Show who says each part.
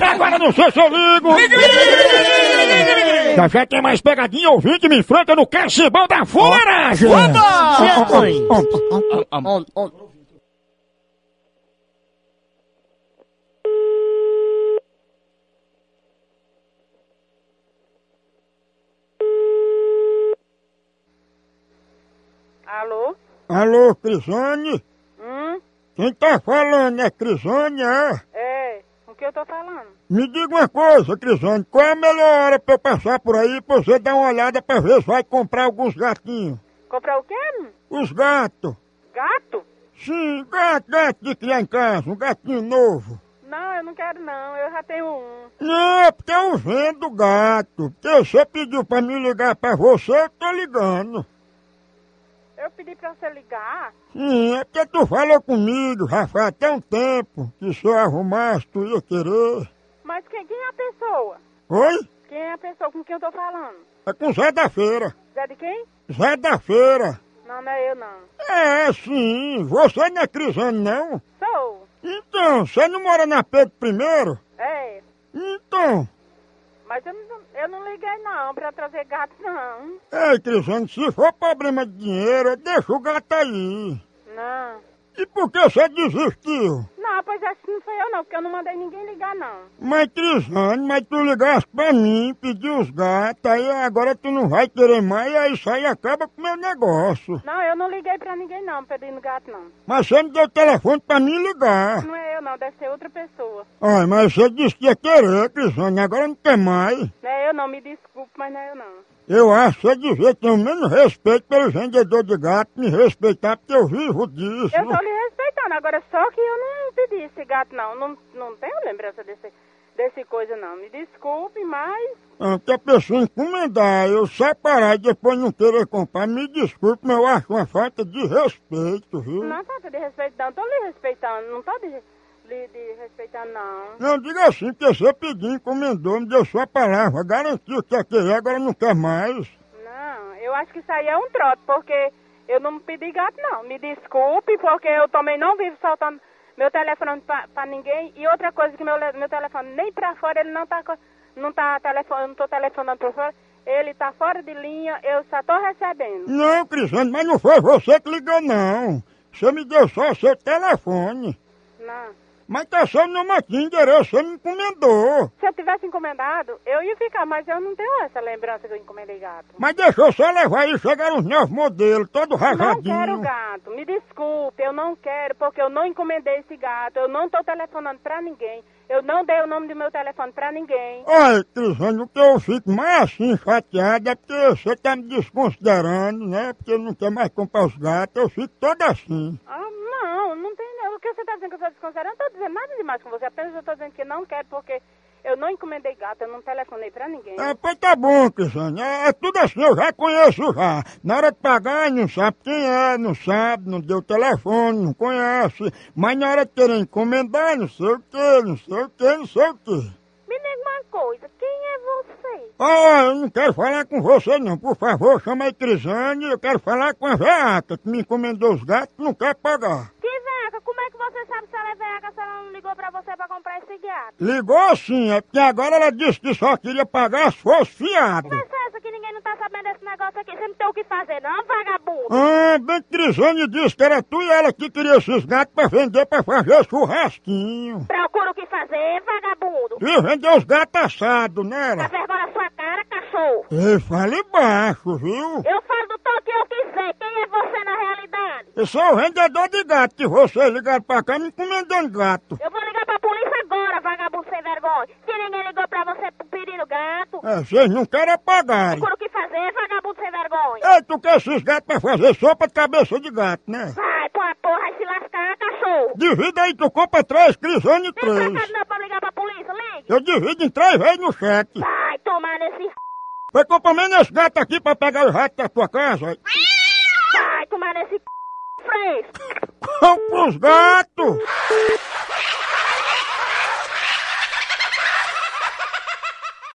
Speaker 1: Agora não sei se eu ligo! Já já tem mais pegadinha, ouvinte, me enfrenta no Cacibão da Fora!
Speaker 2: Alô?
Speaker 1: Alô, Crisane?
Speaker 2: Hum?
Speaker 1: Quem tá falando é Crisane, é?
Speaker 2: É, com que eu tô falando?
Speaker 1: Me diga uma coisa, Crisane, qual é a melhor hora pra eu passar por aí pra você dar uma olhada pra ver se vai comprar alguns gatinhos?
Speaker 2: Comprar o quê? menino?
Speaker 1: Os gatos.
Speaker 2: Gato?
Speaker 1: Sim, gato, gato de criar em casa, um gatinho novo.
Speaker 2: Não, eu não quero não, eu já tenho um.
Speaker 1: Não, é porque eu vendo gato. Porque você pediu pra me ligar pra você, eu tô ligando.
Speaker 2: Eu pedi pra você ligar.
Speaker 1: Sim, é porque tu falou comigo, já faz até um tempo, que se eu arrumasse tu ia querer.
Speaker 2: Mas quem, quem é a pessoa?
Speaker 1: Oi?
Speaker 2: Quem é a pessoa com quem eu tô falando?
Speaker 1: É com Zé da Feira.
Speaker 2: Zé de quem?
Speaker 1: Zé da Feira.
Speaker 2: Não, não é eu não.
Speaker 1: É, sim, você não é Crisane, não?
Speaker 2: Sou.
Speaker 1: Então, você não mora na Pedro primeiro?
Speaker 2: É.
Speaker 1: Então,
Speaker 2: Mas eu não, eu não liguei não pra trazer gato não.
Speaker 1: ei, Crisane, se for problema de dinheiro, deixa o gato aí.
Speaker 2: Não.
Speaker 1: E por que você desistiu?
Speaker 2: Não, pois acho que não foi eu não, porque eu não mandei ninguém ligar não.
Speaker 1: Mas, Crisane, mas tu ligaste pra mim, pediu os gatos, aí agora tu não vai querer mais, aí isso aí acaba com o meu negócio.
Speaker 2: Não, eu não liguei pra ninguém não, pedindo gato não.
Speaker 1: Mas você me deu o telefone pra mim ligar.
Speaker 2: Não é eu não, deve ser outra pessoa.
Speaker 1: Ai, mas você disse que ia querer, Crisane, agora não tem mais.
Speaker 2: Não é eu não, me desculpe, mas não é eu não.
Speaker 1: Eu acho que você devia ter o menos respeito pelo vendedor de gato, me respeitar, porque eu vivo disso.
Speaker 2: Eu tô lhe respeitando, agora só que eu não pedi esse gato não. Não, não tenho lembrança desse, desse coisa não. Me desculpe, mas
Speaker 1: Ah, Que a pessoa encomendar, eu separar e depois não querer comprar, me desculpe, mas eu acho uma falta de respeito, viu?
Speaker 2: não é falta de respeito não. Tô lhe respeitando, não tô de, lhe de respeitando não.
Speaker 1: Não, diga assim, porque você pediu, encomendou, me deu sua palavra, garantiu que ia querer, agora não quer mais.
Speaker 2: Não, eu acho que isso aí é um trote, porque eu não pedi gato não. Me desculpe, porque eu também não vivo soltando meu telefone pra, pra ninguém. E outra coisa que meu, le- meu telefone nem pra fora, ele não tá, co- não tá telefonando, não tô telefonando pra fora. Ele tá fora de linha, eu só tô recebendo.
Speaker 1: Não, Crisane, mas não foi você que ligou, não. Você me deu só seu telefone.
Speaker 2: Não.
Speaker 1: Mas tá seu número aqui, endereço, você me encomendou.
Speaker 2: Se eu tivesse encomendado, eu ia ficar, mas eu não tenho essa lembrança que eu encomendei gato.
Speaker 1: Mas deixa eu só levar aí, chegaram os novos modelos, todo
Speaker 2: Não
Speaker 1: rajadinho.
Speaker 2: quero gato, me desculpe, eu não quero, porque eu não encomendei esse gato, eu não tô telefonando pra ninguém, eu não dei o nome do meu telefone pra ninguém.
Speaker 1: Olha, Crisane, o que eu fico mais assim chateado é porque você tá me desconsiderando, né? Porque não quer mais comprar os gatos, eu fico toda assim.
Speaker 2: Ah, não, não tem não. O que você tá dizendo que eu sou desconsiderada? Eu não tô dizendo nada demais com você, apenas eu tô dizendo que não quero, porque eu não encomendei gato, eu não telefonei pra ninguém.
Speaker 1: É, pois tá bom, Crisane, é, é tudo assim, eu já conheço já. Na hora de pagar, não sabe quem é, não sabe, não deu telefone, não conhece. Mas na hora de querer encomendar, não sei o quê, não sei o quê, não sei o quê.
Speaker 2: Me diga uma coisa, quem é você?
Speaker 1: Ah, eu não quero falar com você não, por favor, chama aí Crisane, eu quero falar com a veaca que me encomendou os gatos, não quer pagar.
Speaker 2: Que veaca, como é que você sabe se ela é veaca se ela não ligou pra você pra comprar esse gato?
Speaker 1: Ligou sim, é porque agora ela disse que só queria pagar se fosse fiado.
Speaker 2: Licença que ninguém não tá sabendo desse negócio aqui, você não tem o que fazer não, vagabundo.
Speaker 1: Ah, bem que Crisane disse que era tu e ela que queria esses gatos pra vender pra fazer churrasquinho.
Speaker 2: Procura o que fazer, vagabundo.
Speaker 1: Tu ia vender os gatos assados, né?
Speaker 2: Tá
Speaker 1: era?
Speaker 2: vergonha na sua cara, cachorro.
Speaker 1: Ei, fale baixo, viu?
Speaker 2: Eu falo do tom que eu quiser. Quem é você na realidade?
Speaker 1: Eu sou o vendedor de gato que vocês ligaram pra cá me encomendando gato.
Speaker 2: Eu vou ligar pra polícia agora, vagabundo sem vergonha. Que ninguém ligou pra você pedindo gato.
Speaker 1: É, vocês não querem pagar.
Speaker 2: Procura o que fazer, vagabundo sem vergonha.
Speaker 1: Ei, tu quer esses gatos pra fazer sopa de cabeça de gato, né?
Speaker 2: Vai, pô, a porra, vai se lascar, cachorro.
Speaker 1: Divida aí, tu compra três, Crisane
Speaker 2: Vem pra
Speaker 1: três.
Speaker 2: casa não pra ligar pra polícia, ligue.
Speaker 1: Eu divido em três vezes no cheque.
Speaker 2: Vai tomar nesse... r****.
Speaker 1: Foi comprar menos esse gato aqui pra pegar os ratos da tua casa.
Speaker 2: Vai tomar nesse... c****, Fresco.
Speaker 1: Compra os gatos!